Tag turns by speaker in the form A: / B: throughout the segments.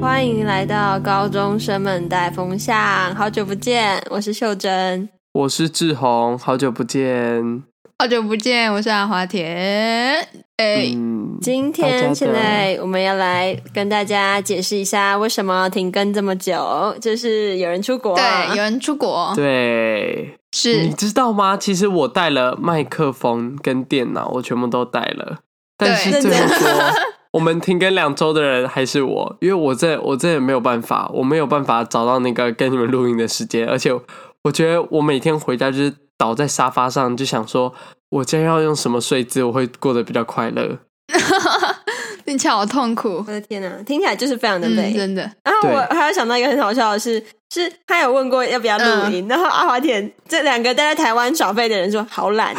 A: 欢迎来到高中生们带风向，好久不见，我是秀珍，
B: 我是志宏，好久不见。
C: 好久不见，我是阿华田。哎、
B: 嗯，
A: 今
B: 大家
A: 天
B: 的
A: 现在我们要来跟大家解释一下为什么停更这么久，就是有人出国啊，
C: 对，有人出国，
B: 对，嗯你
C: 是
B: 知道吗？其实我带了麦克风跟电脑，我全部都带了，但是
C: 对
B: 最后说我们停更两周的人还是我，因为我这我这也没有办法，我没有办法找到那个跟你们录音的时间，而且我觉得我每天回家就是倒在沙发上，就想说我今天要用什么睡姿，我会过得比较快乐。
C: 你瞧好痛苦
A: 我，的天哪，听起来就是非常的累。
C: 嗯，真的。
A: 然后
B: 对
A: 我还有想到一个很好笑的是，是他有问过要不要录音，然后阿华田这两个待在台湾耍废的人说好懒，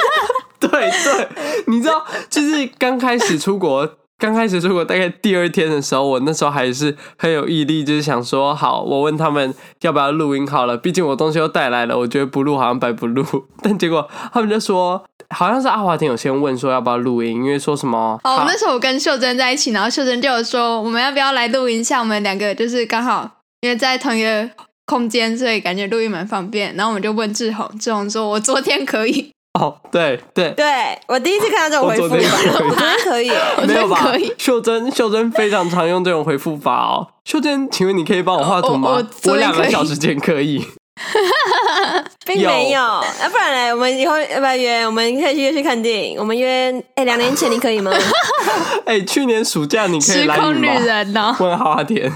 B: 对对，你知道，就是刚开始出国，刚开始出国大概第二天的时候，我那时候还是很有毅力，就是想说，好，我问他们要不要录音好了，毕竟我东西都带来了，我觉得不录 好像白不录。但结果他们就说，好像是阿华田有先问说要不要录音，因为说什么
C: 哦
B: 好，
C: 那时候我跟秀珍在一起，然后秀珍就有说，我们要不要来录音一下？我们两个就是刚好因为在同一个空间，所以感觉录音蛮方便。然后我们就问志宏，志宏说我昨天可以，
B: 哦，对对。
A: 对我第一次看到这种
B: 我
A: 回复
B: 昨天
A: 吧，
B: 可以
A: 我觉得可 以耶。
C: 我
B: 没
C: 昨
B: 有
C: 天
B: 吧
C: 可以。？
B: 秀珍，秀珍非常常用这种回复法哦。秀珍，请问你可以帮我画图吗？
C: 我哦我昨天
B: 两
C: 可
B: 个
C: 以
B: 小时前可以。
A: 并
B: 有
A: 没有，那、不然嘞，我们以后要不要约？我们可以去约去看电影。我们约，哎、两年前你可 以吗？
B: 哎、去年暑假你可以
C: 时
B: 来
C: 空
B: 你
C: 旅
B: 吗？
C: 人哦，
B: 问花田。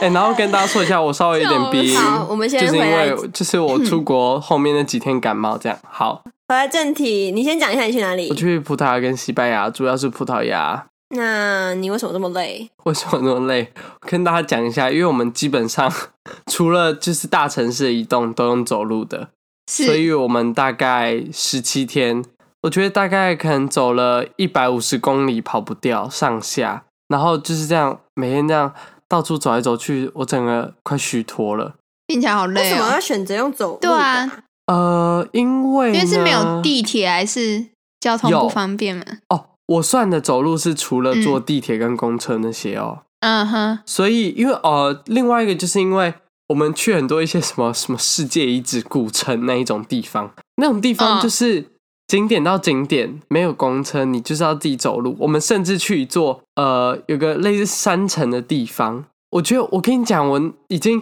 B: 哎、然后跟大家说一下，我稍微有点鼻音
A: 好，我们先
B: 就是因
A: 回来
B: 为就是我出国后面那几天感冒这样。好，
A: 回来正题，你先讲一下你去哪
B: 我
A: 里。
B: 去葡萄牙跟西班牙，主要是葡萄牙。
A: 那你为什么这么累？
B: 为什么那么累？我跟大家讲一下，因为我们基本上 除了就是大城市的移动都用走路的， 所
C: 是
B: 以我们大概十七天，我觉得大概可能走了一百五十公里，跑不掉上下，然后就是这样每天这样到处走来走去，我整个快虚脱了。
C: 听起来好
B: 啊
A: 为
C: 累
A: 什么要
C: 哦。
A: 选择用走路？
C: 对，啊，
B: 呃，因为
C: 因为是没有
B: 呢
C: 地铁还是交通
B: 有
C: 不方便嘛。
B: 哦，我算的走路是除了坐
C: 嗯
B: 地铁跟公车那些哦，
C: 嗯哼，
B: 所以因为呃，另外一个就是因为我们去很多一些什么 什么世界遗址、古城那一种地方，那种地方
C: 嗯
B: 就是景点到景点没有公车，你就是要自己走路。我们甚至去一座呃有个类似山城的地方，我觉得我跟你讲，我已经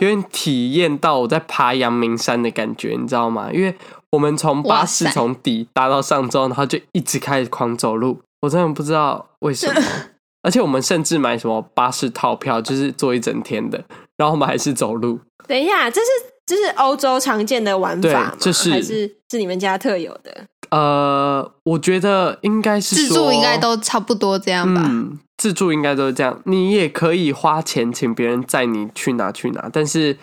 B: 有点体验到我在爬阳明山的感觉，你知道吗？因为我们从巴士
C: 哇塞
B: 从底搭到上周，然后就一直开始狂走路，我真的不知道为什么。 而且我们甚至买什么巴士套票，就是坐一整天的，然后我们还是走路。
A: 等一下，这是这是欧洲常见的玩法吗？
B: 对这是
A: 还是是你们家特有的？
B: 呃，我觉得应该是
C: 自
B: 说
C: 助应该都差不多这样吧。
B: 嗯，自助应该都是这样。你也可以花钱请别人载你去哪去哪，但是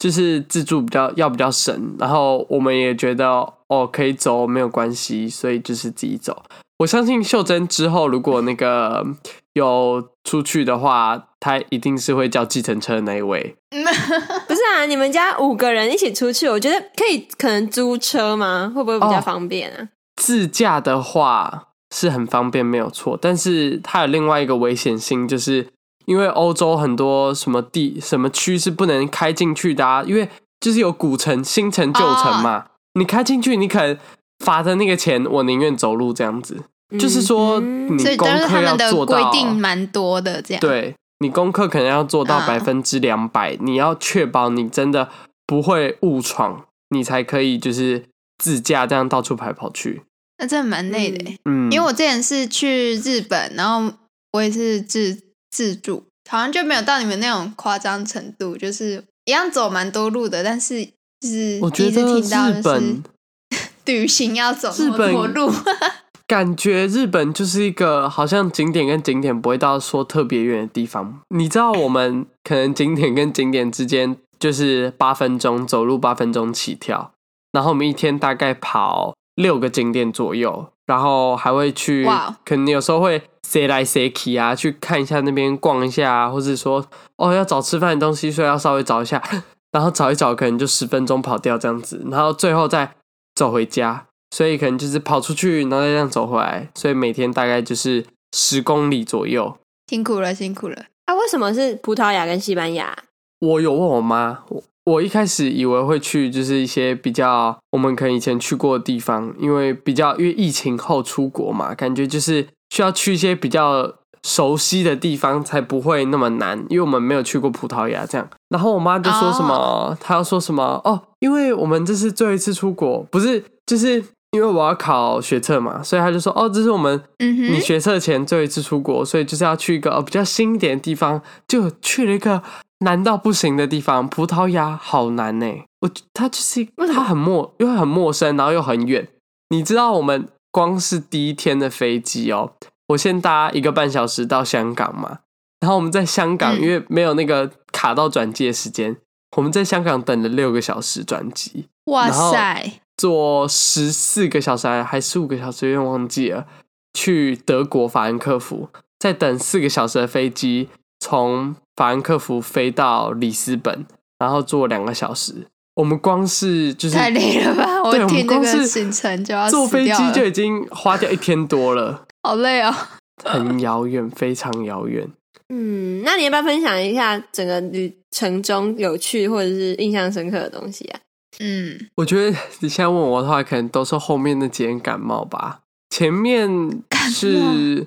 B: 就是自助比较要比较省。然后我们也觉得哦可以走没有关系，所以就是自己走。我相信秀珍之后如果那个有出去的话，她一定是会叫计程车的那一位。
A: 不是啊，你们家五个人一起出去，我觉得可以，可能租车吗？会不会比较
B: 哦
A: 方便啊？
B: 自驾的话是很方便，没有错，但是它有另外一个危险性，就是因为欧洲很多什么地什么区是不能开进去的、啊，因为就是有古城、新城、旧城嘛，
C: 啊
B: 你开进去，你可能罚的那个钱，我宁愿走路这样子。就是说，
A: 嗯
B: 你
C: 所以
B: 功
C: 但是
B: 课
C: 他
B: 要
C: 们的
B: 做
C: 规
B: 到，
C: 定蛮多的，这样。
B: 对你功课可能要做到
C: 嗯
B: 百分之两百，你要确保你真的不会误闯，你才可以就是自驾这样到处跑来跑去。
C: 那真的蛮累的欸、
B: 嗯，
C: 因为我之前是去日本，然后我也是自自助，好像就没有到你们那种夸张程度，就是一样走蛮多路的，但是就是
B: 我
C: 第
B: 觉
C: 一次
B: 得
C: 听
B: 日
C: 到就是
B: 本
C: 旅行要走
B: 日
C: 那么
B: 本
C: 多路，
B: 感觉日本就是一个好像景点跟景点不会到说特别远的地方。你知道我们可能景点跟景点之间就是八分钟走路八分钟起跳，然后我们一天大概跑六个景点左右，然后还会去
C: 哇，哦
B: 可能有时候会谁来谁去啊，去看一下那边逛一下啊，或是说哦要找吃饭的东西，所以要稍微找一下， 然后找一找可能就十分钟跑掉这样子，然后最后再走回家，所以可能就是跑出去，然后再这样走回来，所以每天大概就是十公里左右。
C: 辛苦了，辛苦了。
A: 啊，为什么是葡萄牙跟西班牙？
B: 我有问我妈，我我一开始以为会去就是一些比较我们可能以前去过的地方，因为比较因为疫情后出国嘛，感觉就是需要去一些比较熟悉的地方才不会那么难，因为我们没有去过葡萄牙这样。然后我妈就说什么她要说什么哦，因为我们这是最后一次出国，不是就是因为我要考学测嘛，所以她就说哦，这是我们
C: 嗯哼
B: 你学测前最后一次出国，所以就是要去一个呃比较新一点的地方，就去了一个难到不行的地方，葡萄牙好难呢、我它就是它很陌，又很陌生，然后又很远。你知道我们光是第一天的飞机哦，我先搭一个半小时到香港嘛，然后我们在香港、
C: 嗯
B: 因为没有那个卡到转机的时间，我们在香港等了六个小时转机。
C: 哇
B: 然后
C: 塞，
B: 坐十四个小时还还十五个小时，有点忘记了，去德国法兰克福，再等四个小时的飞机，从法兰克福飞到里斯本，然后坐两个小时。我们光是就是
C: 太累了吧！
B: 对，我
C: 听
B: 们
C: 这
B: 光
C: 个
B: 是
C: 行程就要
B: 坐
C: 死
B: 飞
C: 掉
B: 机
C: 了
B: 就已经花掉一天多了，
C: 好 累哦。
B: 很遥远，非常遥远。
A: 嗯，那你要不要分享一下整个旅程中有趣或者是印象深刻的东西啊？
C: 嗯，
B: 我觉得你现在问我的话，可能都是后面那几天感冒吧，前面是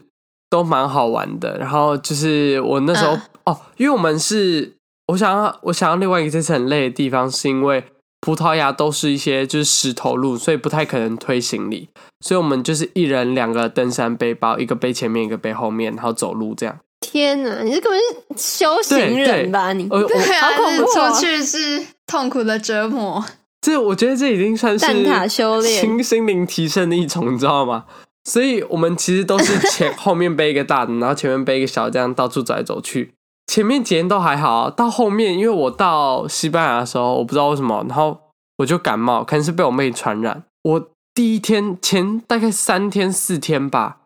B: 都蛮好玩的。然后就是我那时候、
C: 嗯
B: 哦，因为我们是我想要我想要另外一个这次很累的地方，是因为葡萄牙都是一些就是石头路，所以不太可能推行李，所以我们就是一人两个登山背包，一个背前面，一个背后面，然后走路这样。
A: 天哪，你这根本是修行人吧你？
B: 呃，我
C: 对啊，
A: 好恐怖哦
C: 出去是痛苦的折磨。
B: 这我觉得这已经算是
A: 蛋挞修炼
B: 心心灵提升的一种，你知道吗？所以我们其实都是 前后面背一个大的，然后前面背一个小的，这样到处走来走去。前面几天都还好，啊到后面因为我到西班牙的时候，我不知道为什么，然后我就感冒，可能是被我妹传染。我第一天前大概三天四天吧，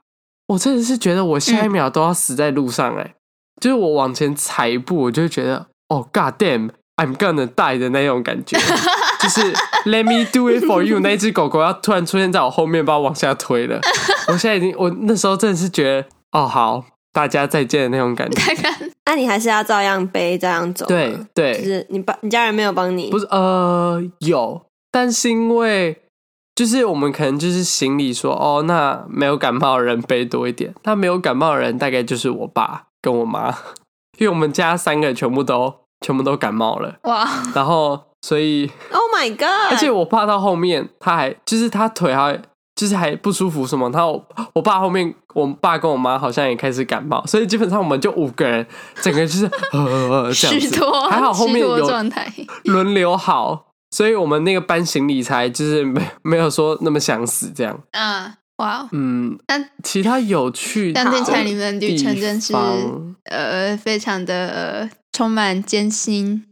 B: 我真的是觉得我下一秒都要死在路上哎、欸就是我往前踩一步，我就会觉得哦，God damn，I'm gonna die 的那种感觉，就是 Let me do it for you 那一只狗狗要突然出现在我后面，把我往下推了。我现在已经，我那时候真的是觉得哦，好，大家再见的那种感觉。
C: 看看，
A: 那、你还是要照样背，照样走吗。
B: 对
A: 就
B: 对，
A: 是你帮你家人没有帮你，
B: 不
A: 是
B: 是呃有，但是因为就是我们可能就是行李说哦，那没有感冒的人背多一点，那没有感冒的人大概就是我爸跟我妈， 因为我们家三个人全部都全部都感冒了。
C: 哇，
B: 然后所以，
A: ？Oh my
B: 而
A: god！
B: 且我爸到后面他还就是他腿还就是还不舒服什么，然后我我爸后面我爸跟我妈好像也开始感冒，所以基本上我们就五个人，整个就是呃呃呃这样
C: 虚
B: 子，
C: 脱，
B: 还好后面
C: 虚脱
B: 有
C: 状态。
B: 轮流好，所以我们那个搬行李才就是 没没有说那么想死这样，
C: 嗯，哇哦，
B: 嗯
C: 但，
B: 其他有趣的
C: 但听起来
B: 地
C: 你们的旅程真是
B: 方
C: 呃非常的、呃、充满艰辛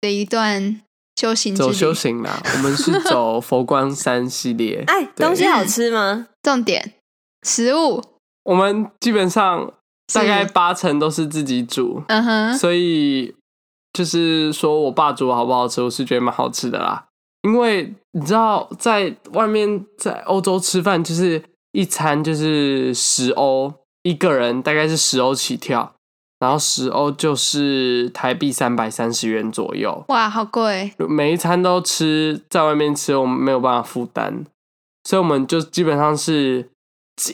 C: 的一段修行之
B: 走
C: 旅。
B: 修行 啦，我们是走佛光山系列，
C: 啊
A: 哎，
B: 对
A: 东西好吃吗？
C: 重点食物，
B: 我们基本上
C: 是
B: 大概八成都是自己煮，
C: 嗯哼，
B: 所以就是说我爸煮好不好吃，我是觉得蛮好吃的啦。因为你知道，在外面在欧洲吃饭，就是一餐就是十欧，一个人大概是十欧起跳，然后十欧就是台币三百三十元左右。
C: 哇，好贵，
B: 每一餐都吃，在外面吃我们没有办法负担，所以我们就基本上是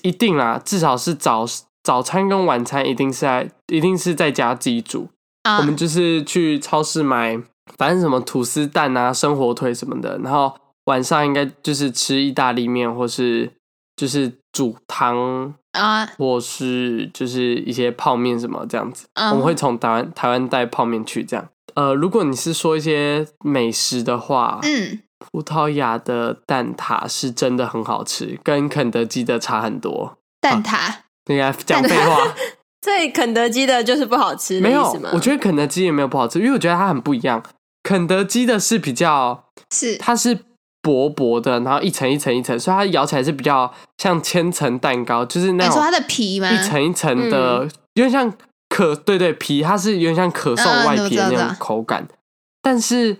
B: 一定啦，至少是早早餐跟晚餐一定是在一定是在家自己煮，
C: 啊
B: 我们就是去超市买，反正什么吐司蛋啊、生火腿什么的，然后晚上应该就是吃意大利面或是就是煮汤
C: 啊，
B: 或是就是一些泡面什么这样子。
C: 嗯
B: 我们会从台湾台湾带泡面去这样。呃，如果你是说一些美食的话，
C: 嗯，
B: 葡萄牙的蛋挞是真的很好吃，跟肯德基的差很多。
C: 蛋挞，
B: 你该讲废话，
A: 所以肯德基的就是不好吃的
B: 没
A: 意
B: 有
A: 思吗？，
B: 我觉得肯德基也没有不好吃，因为我觉得它很不一样。肯德基的是比较，
C: 是
B: 它是薄薄的，然后一层一层一层，所以它咬起来是比较像千层蛋糕，就是那
C: 你
B: 种
C: 哎说它的皮吗？
B: 一层一层的，有点像可对对皮，它是有点像可颂
C: 嗯嗯
B: 外皮的
C: 我知道
B: 那
C: 知
B: 种
C: 道
B: 口感。但是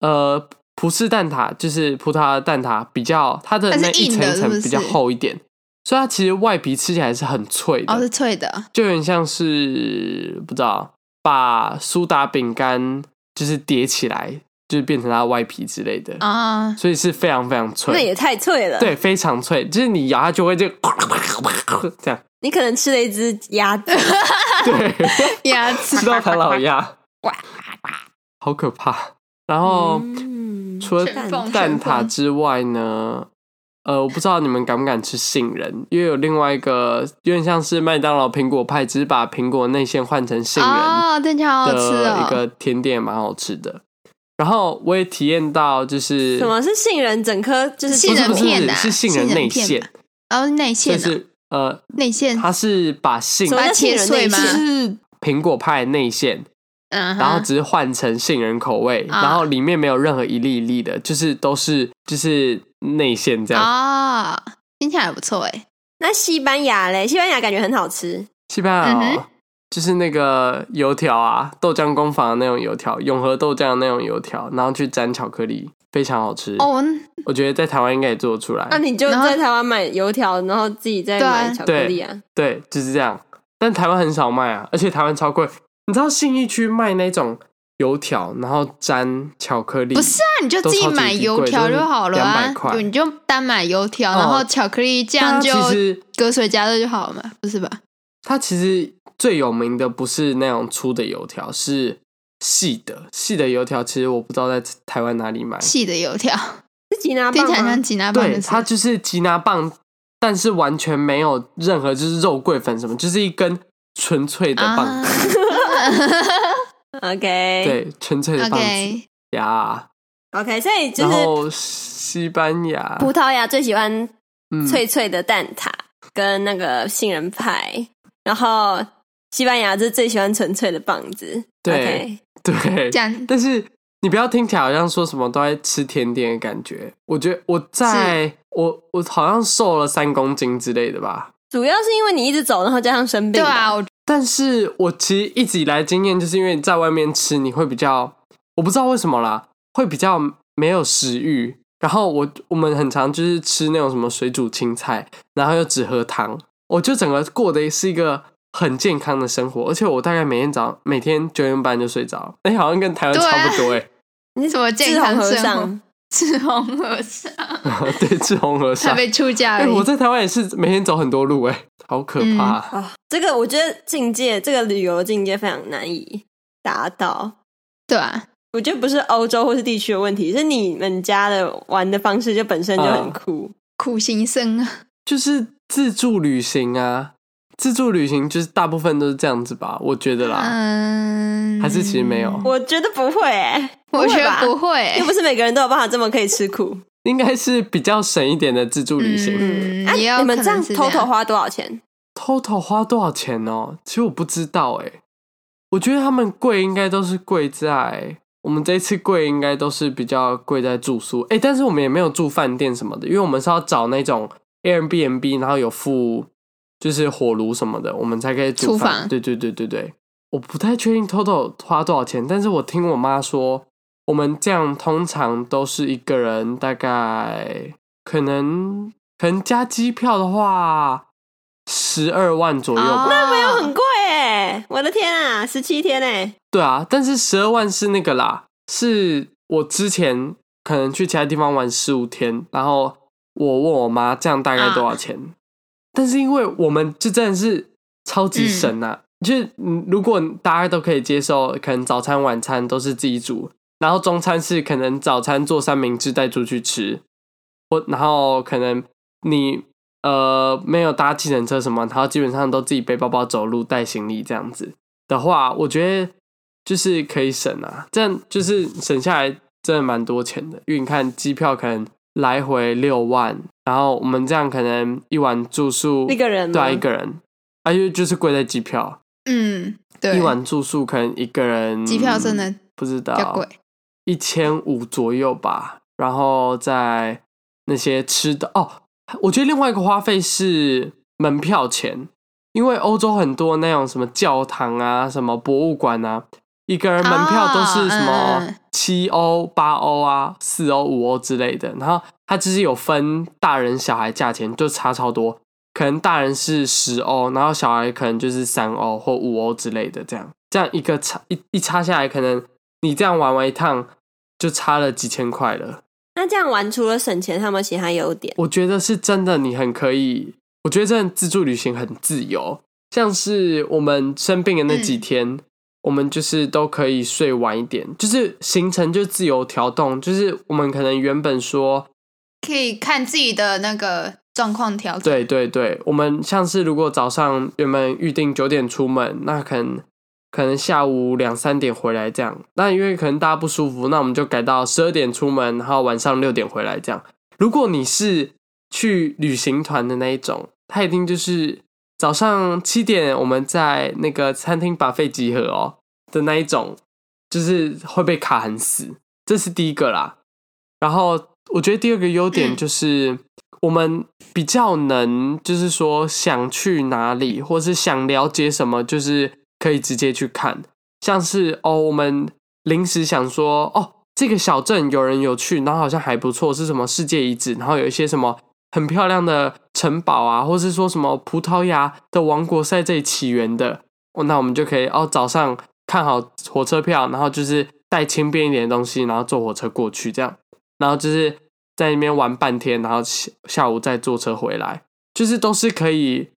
B: 呃，葡式蛋挞就是葡萄牙的蛋挞比较它的
C: 它是
B: 那一
C: 硬
B: 层
C: 的
B: 一
C: 是不
B: 层比
C: 是
B: 较厚一点，所以它其实外皮吃起来是很脆的，
C: 哦，是脆的，
B: 就有点像是不知道把苏打饼干就是叠起来，就是变成它的外皮之类的，
C: 啊，
B: 所以是非常非常
A: 哦那
B: 脆，
A: 也太脆了。
B: 对，非常脆，就是你咬它就会就这样，
A: 你可能吃了一只鸭子，
B: 对，
C: 牙齿
B: 吃到唐老鸭，
C: 哇
B: 好可怕。然后、
A: 嗯
B: 除了
A: 蛋
C: 凤
B: 蛋
C: 旋
B: 挞
C: 风
B: 之外呢，呃，我不知道你们敢不敢吃杏仁，因为有另外一个有点像是麦当劳苹果派，只是把苹果内馅换成杏仁
C: 哦，听起来好好吃
B: 的一
C: 哦，
B: 个甜点，蛮好吃的。然后我也体验到，就是
A: 什么是杏仁？整颗就是
C: 杏
A: 不是
C: 仁
B: 不是不
C: 片
B: 是
C: 啊
B: 是杏仁
C: 杏仁
B: 内
C: 片啊
B: 馅
C: 吧，然后哦内
B: 就
C: 馅呢，
B: 是呃，
C: 内馅，
B: 它是把杏
A: 什么
C: 把它
A: 叫杏
C: 切
A: 仁
C: 碎
A: 内
C: 吗
A: 馅？
B: 苹果派内馅，
C: 嗯哼，
B: 然后只是换成杏仁口味，
C: 啊
B: 然后里面没有任何一粒一粒的，就是都是就是内馅这样。
C: 啊，听起来还不错哎，
A: 那西班牙嘞？西班牙感觉很好吃，
B: 西班牙、
C: 嗯
B: 哦就是那个油条啊，豆浆工坊的那种油条，永和豆浆的那种油条，然后去沾巧克力，非常好吃。
C: 哦，
B: 我觉得在台湾应该也做得出来。
A: 那、你就
C: 啊然后
A: 在台湾买油条，然后自己再
C: 对啊
A: 买巧克力啊。
B: 对，就是这样。但台湾很少卖啊，而且台湾超贵。你知道信义区卖那种油条，然后沾巧克力，
C: 不是啊，你就自己买油条就好了
B: 都超级
C: 啊
B: 贵就是200，块
C: 就你就单买油条，然后巧克力
B: 但它
C: 酱就
B: 其实
C: 隔水加热就好了嘛，不是吧？
B: 它其实最有名的不是那种粗的油条，是细的。细的油条其实我不知道在台湾哪里买，
C: 细的油条，
A: 是吉拿
C: 听
A: 棒
C: 起来
A: 吗
C: 像？吉拿棒
B: 对，
C: 的
B: 它就是吉拿棒，但是完全没有任何就是肉桂粉什么，就是一根纯粹的棒
C: 啊
B: 子，
A: ，OK
B: 对，纯粹的棒子
C: ，OK，
B: 呀。
A: OK，所以就
B: 然
A: 是
B: 后西班牙，
A: 葡萄牙最喜欢
B: 嗯，
A: 脆脆的蛋挞跟那个杏仁派，然后西班牙是最喜欢纯粹的棒子。
B: 对
A: OK
B: 对
C: 这， 样
B: 但是你不要听起来好像说什么都在吃甜点的感觉。我觉得我在我我好像瘦了三公斤之类的吧。
A: 主要是因为你一直走，然后加上生病
C: 对
A: 吧。
C: 啊，我
B: 但是我其实一直以来经验就是因为你在外面吃，你会比较，我不知道为什么啦，会比较没有食欲。然后我我们很常就是吃那种什么水煮青菜，然后又只喝汤，我就整个过的是一个很健康的生活，而且我大概每天早上每天九点半就睡着，哎、好像跟台湾
C: 对啊
B: 差不多哎、
A: 你
C: 什么健
A: 志
C: 康
A: 宏和
C: 生活
A: 尚？
C: 志宏和尚，
B: 对，志宏和
C: 他
B: 尚，
C: 啊被出家
B: 哎、
C: 而已
B: 我在台湾也是每天走很多路哎、好可怕啊、
A: 啊，这个我觉得境界，这个旅游境界非常难以达到。
C: 对啊，
A: 我觉得不是欧洲或是地区的问题，是你们家的玩的方式就本身就
C: 嗯
A: 很酷。
C: 苦行僧啊，
B: 就是自助旅行啊，自助旅行就是大部分都是这样子吧，我觉得啦，
C: 嗯，
B: 啊还是其实没有，
A: 我觉得不会、欸，
C: 我觉得
A: 不
C: 不
A: 会
C: 会
A: 吧，又
C: 欸，
A: 不是每个人都有办法这么可以吃苦。
B: 应该是比较省一点的自助旅行。
C: 嗯
A: 啊
C: 也有
A: 你们
C: 可
A: 这
C: 能
A: 样
C: 是
A: 偷
C: 这
A: 偷
C: 样
A: 花多少钱？
B: Total 花多少钱哦？其实我不知道哎、我觉得他们贵应该都是贵在我们这一次贵应该都是比较贵在住宿哎、但是我们也没有住饭店什么的，因为我们是要找那种 Airbnb，然后有附就是火炉什么的，我们才可以煮
C: 厨
B: 饭。
C: 房
B: 对对对对对，我不太确定 Total 花多少钱，但是我听我妈说，我们这样通常都是一个人大概可能可能加机票的话十二万左右吧。
C: 那没有
B: 啊
A: 很贵哎、我的天啊，十七天哎、
B: 对啊，但是十二万是那个啦，是我之前可能去其他地方玩十五天，然后我问我妈这样大概多少钱，但是因为我们就真的是超级省啊，就是嗯如果大家都可以接受，可能早餐晚餐都是自己煮，然后中餐是可能早餐做三明治带出去吃，或然后可能你呃没有搭计程车什么，然后基本上都自己背包包走路带行李这样子的话，我觉得就是可以省啊，这样就是省下来真的蛮多钱的，因为你看机票可能来回六万，然后我们这样可能一晚住宿
A: 一个人吗
B: 对啊一个人，而且就是贵在机票，
C: 嗯，对，
B: 一晚住宿可能一个人
C: 机票真的
B: 不知道
C: 比较贵，
B: 一千五左右吧，然后在那些吃的哦，我觉得另外一个花费是门票钱，因为欧洲很多那种什么教堂啊、什么博物馆啊，一个人门票都是什
C: 哦嗯
B: 么
C: 嗯
B: 七欧、八欧啊、四欧、五欧之类的，然后它就是有分大人小孩价钱，就差超多。可能大人是十欧，然后小孩可能就是三欧或五欧之类的，这样这样一个差一一差下来，可能你这样玩完一趟就差了几千块了。
A: 那这样玩除了省钱，还有没有其他优点？
B: 我觉得是真的，你很可以，我觉得真的自助旅行很自由，像是我们生病的那几天，我们就是都可以睡晚一点，就是行程就自由调动，就是我们可能原本说
C: 可以看自己的那个状况调整。
B: 对对对，我们像是如果早上原本预定九点出门，那可能可能下午两三点回来这样。那因为可能大家不舒服，那我们就改到十二点出门，然后晚上六点回来这样。如果你是去旅行团的那一种，他一定就是早上七点我们在那个餐厅把费集合哦的那一种，就是会被卡很死，这是第一个啦。然后我觉得第二个优点
C: 嗯
B: 就是我们比较能，就是说想去哪里，或是想了解什么，就是可以直接去看。像是哦，我们临时想说，哦，这个小镇有人有去，然后好像还不错，是什么世界遗址，然后有一些什么很漂亮的城堡啊，或是说什么葡萄牙的王国是在这里起源的，哦，那我们就可以哦，早上看好火车票，然后就是带轻便一点的东西，然后坐火车过去这样，然后就是在那边玩半天，然后下下午再坐车回来，就是都是可以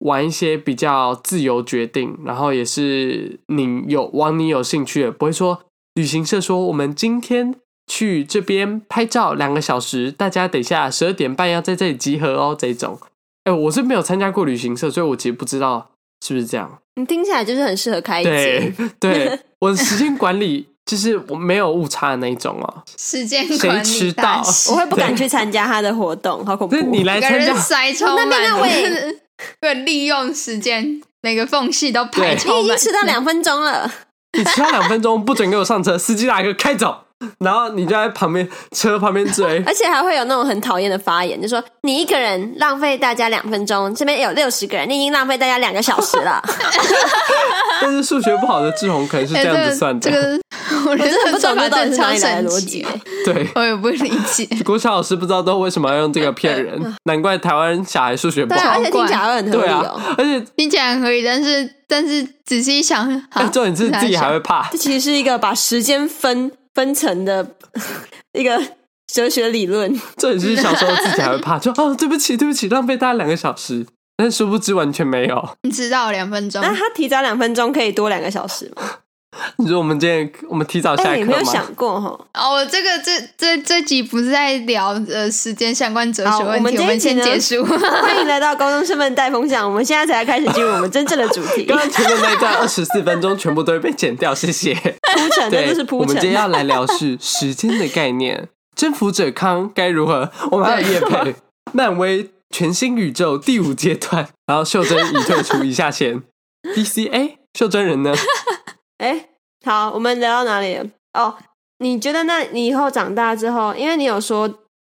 B: 玩一些比较自由决定，然后也是你有往你有兴趣的，不会说旅行社说我们今天去这边拍照两个小时，大家等一下十二点半要在这里集合哦这种。哎、我是没有参加过旅行社，所以我其实不知道是不是这样。
A: 你听起来就是很适合开一
B: 对
A: 集。
B: 对，我的时间管理就是我没有误差的那一种哦。
C: 时间管
B: 谁
C: 理
B: 迟
C: 大
B: 到
C: 师，
A: 我会不敢去参加他的活动，好恐怖！哦
B: 那你来
C: 感
B: 参
C: 觉
B: 加
C: 是，塞超满的，
A: 那那那我也
C: 就是会利用时间，每个缝隙都排
B: 对
A: 你
C: 超
A: 已
C: 满
A: 经。迟到两分钟了，
B: 你迟到两分钟不准给我上车，司机大哥开走，然后你就在旁边车旁边追。
A: 而且还会有那种很讨厌的发言，就说你一个人浪费大家两分钟，这边有六十个人，你已经浪费大家两个小时了，
B: 但是数学不好的志宏可能是
C: 哎
B: 这样子算
C: 这
B: 的，
C: 个这个我
A: 我
C: 觉
A: 真的
C: 得
A: 不懂
C: 这
A: 这到底
C: 真的
A: 是
C: 超
A: 哪里来
C: 神
A: 的逻
C: 奇
A: 辑
C: 的，。
B: 对。
C: 我也不理 解。
B: 国小老师不知道都为什么要用这个骗人，难怪台湾小孩数学不
A: 对啊，
B: 好
A: 而。且听起来会嗯很合
B: 对
A: 理哦。
B: 啊，而且
C: 听起来可以，但是但是仔细一想，
B: 哎
C: 啊
B: 重点是自己还会怕
A: 这。其实是一个把时间分分层的 一个哲学理论。
B: 这也是小时候自己还会怕，就哦，对不起，对不起，浪费大家两个小时。但殊不知完全没有。
C: 你迟到两分钟，
A: 那他提早两分钟可以多两个小时吗？
B: 你说我们今天我们提早
A: 哎、
B: 下
A: 你没
B: 课
A: 有
B: 吗？
A: 想过哈？
C: 哦，这个这这这集不是在聊呃时间相关哲
A: 好
C: 学问题，
A: 我们这一集
C: 先
A: 呢
C: 结束。
A: 欢迎来到高中生们带风向，我们现在才开始进入我们真正的主题。
B: 刚刚前面那一段二十四分钟全部都会被剪掉，谢谢。
A: 铺陈，这
B: 对
A: 就是，
B: 我
A: 铺
B: 们今
A: 陈。
B: 天要来聊是时间的概念，征服者康该如何？我们还有叶 佩，漫威全新宇宙第五阶段，然后袖珍已退出一下线，DCA 袖珍人呢？
A: 哎、好，我们聊到哪里了？哦，你觉得那你以后长大之后，因为你有说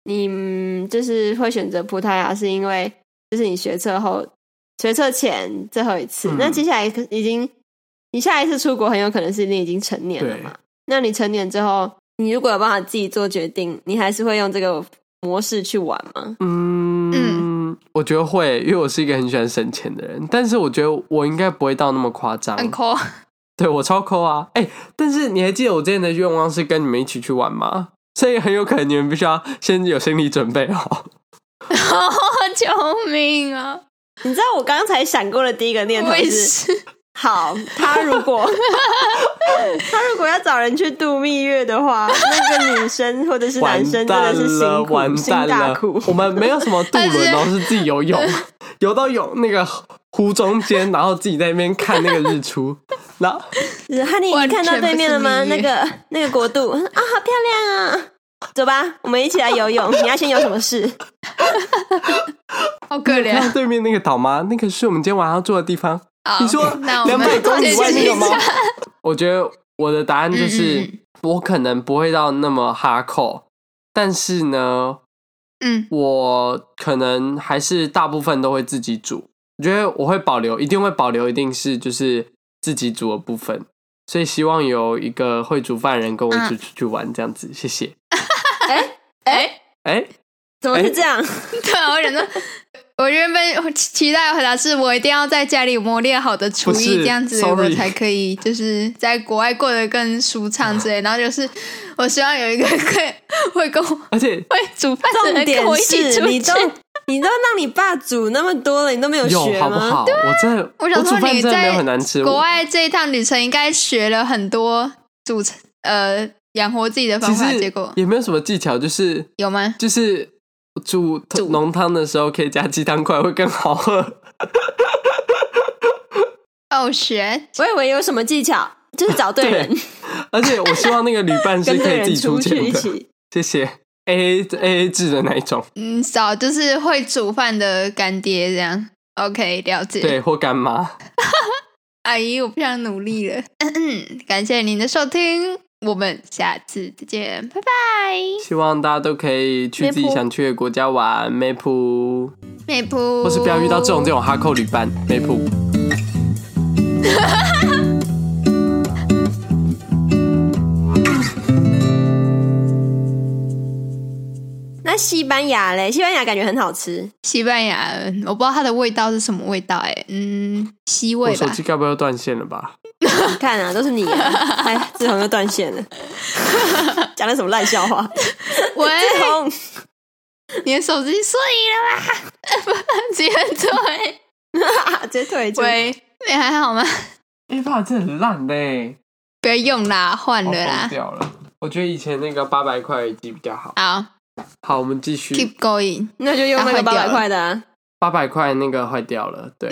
A: 你、嗯、就是会选择葡萄牙，是因为就是你学测后学测前最后一次。
B: 嗯
A: 那接下来可已经你下一次出国很有可能是你已经成年了
B: 对
A: 嘛？那你成年之后，你如果有办法自己做决定，你还是会用这个模式去玩吗？
B: 嗯，我觉得会，因为我是一个很喜欢省钱的人，但是我觉得我应该不会到那么夸张。
C: 很抠，
B: 对我超抠啊！哎、但是你还记得我之前的愿望是跟你们一起去玩吗？所以很有可能你们必须要先有心理准备哦好。
C: 哦救命 啊！
A: 你知道我刚才闪过的第一个念头
C: 我也
A: 是。
C: 是，
A: 好，他如 果他如果要找人去度蜜月的话，那个女生或者是男
B: 完
A: 生真的
B: 蛋
A: 是
B: 了，
A: 辛
B: 完
A: 苦，心
B: 蛋
A: 大
B: 了
A: 苦！。
B: 我们没有什么渡轮 哦，是自己游泳，游到泳那个湖中间，然后自己在那边看那个日出。然后
A: 是哈尼，你
C: 完全
A: 看到对面了吗？
C: 不是
A: 那
C: 蜜月
A: 个那个国度啊，好漂亮啊！走吧，我们一起来游泳。你要先有什么事？
C: 好可怜
B: 看到对面那个岛吗？那个是我们今天晚上要住的地方。
C: 啊！
B: 你说
C: 那我
B: 两
C: 们
B: 百公里外面有猫
C: 先去一下？
B: 我觉得我的答案就是，
C: 嗯嗯
B: 我可能不会到那么哈扣，但是呢，
C: 嗯，
B: 我可能还是大部分都会自己煮。我觉得我会保留，一定会保留，一定是就是自己煮的部分。所以希望有一个会煮饭的人跟我一起出去玩，这样子，谢谢。
A: 哎、
C: 哎，
B: 哎、
A: 怎么是这样？
C: 对啊，我想说， 我原本期待的回答是我一定要在家里磨练好的厨
B: 不
C: 艺，
B: 是
C: 这样子我
B: ，sorry
C: 才可以就是在国外过得更舒畅
B: 啊
C: 之类。然后就是我希望有一个会会跟我
B: 而且
C: 会煮饭的
A: 重
C: 人
B: 哎
A: 点
C: 跟我一起
A: 是
C: 出
A: 你都
C: 去。
A: 你都让你爸煮那么多了，你都没有学
B: 有好不
A: 吗？
B: 好？我真的，
C: 我想
B: 煮
C: 说
B: 饭
C: 你
B: 真的没有
C: 在
B: 很难吃。
C: 国
B: 我
C: 外这一趟旅程应该学了很多煮呃养活自己的
B: 其
C: 方法，
B: 实
C: 结果
B: 也没有什么技巧，就是
C: 有吗？
B: 就是煮
C: 煮
B: 浓汤的时候可以加鸡汤块，会更好喝。
C: 哦，学
A: 我以为有什么技巧，就是找对 人，
B: 而且我希望那个旅伴是
A: 跟
B: 可
A: 对
B: 以自
A: 人
B: 己出
A: 出去
B: 钱
A: 一
B: 的，
A: 起。
B: 谢谢。A A A A 制的那一种，
C: 嗯，找就是会煮饭的干爹这样。OK，了解。
B: 对，或干妈。
C: 阿姨，我不想努力了。嗯感谢您的收听，我们下次再见，拜拜。
B: 希望大家都可以去自己
A: Maple
B: 想去的国家玩，map，
C: 妹夫，
B: 或是不要遇到这种这种哈扣旅伴，map。
A: 那西班牙嘞，西班牙感觉很好吃，
C: 西班牙，我不知道它的味道是什么味道、哎，嗯，西
B: 我
C: 味
B: 手
C: 吧。
B: 机该不会又断线了吧？
A: 你看啊，都是你、 啊，哎，志宏又断线了，讲的什么烂笑话？
C: 喂，
A: 志宏，
C: 你的手机碎了吧？ 几很腿？
A: 啊直接退出。
C: 喂，你还好吗？
B: 一发哎真的很烂嘞，
C: 不要用啦，换
B: 我
C: 了啦。
B: 掉了。我觉得以前那个八百块耳机比较哦好。嗯
C: 好
B: 好，我们继续。
C: ，keep going。
A: 那就用那个八百块的、啊，
B: 八百块那个坏掉了，对，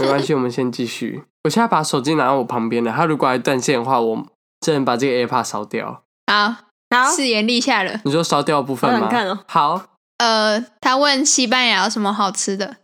B: 没关系，我们先继续。我现在把手机拿到我旁边了，它如果还断线的话，我真的把这个 AirPod 烧掉。
C: 好，
A: 好，
C: 誓言立下了。
B: 你说烧掉的部分
A: 好想
B: 吗？
A: 看哦
B: 好，
C: 呃，他问西班牙有什么好吃的？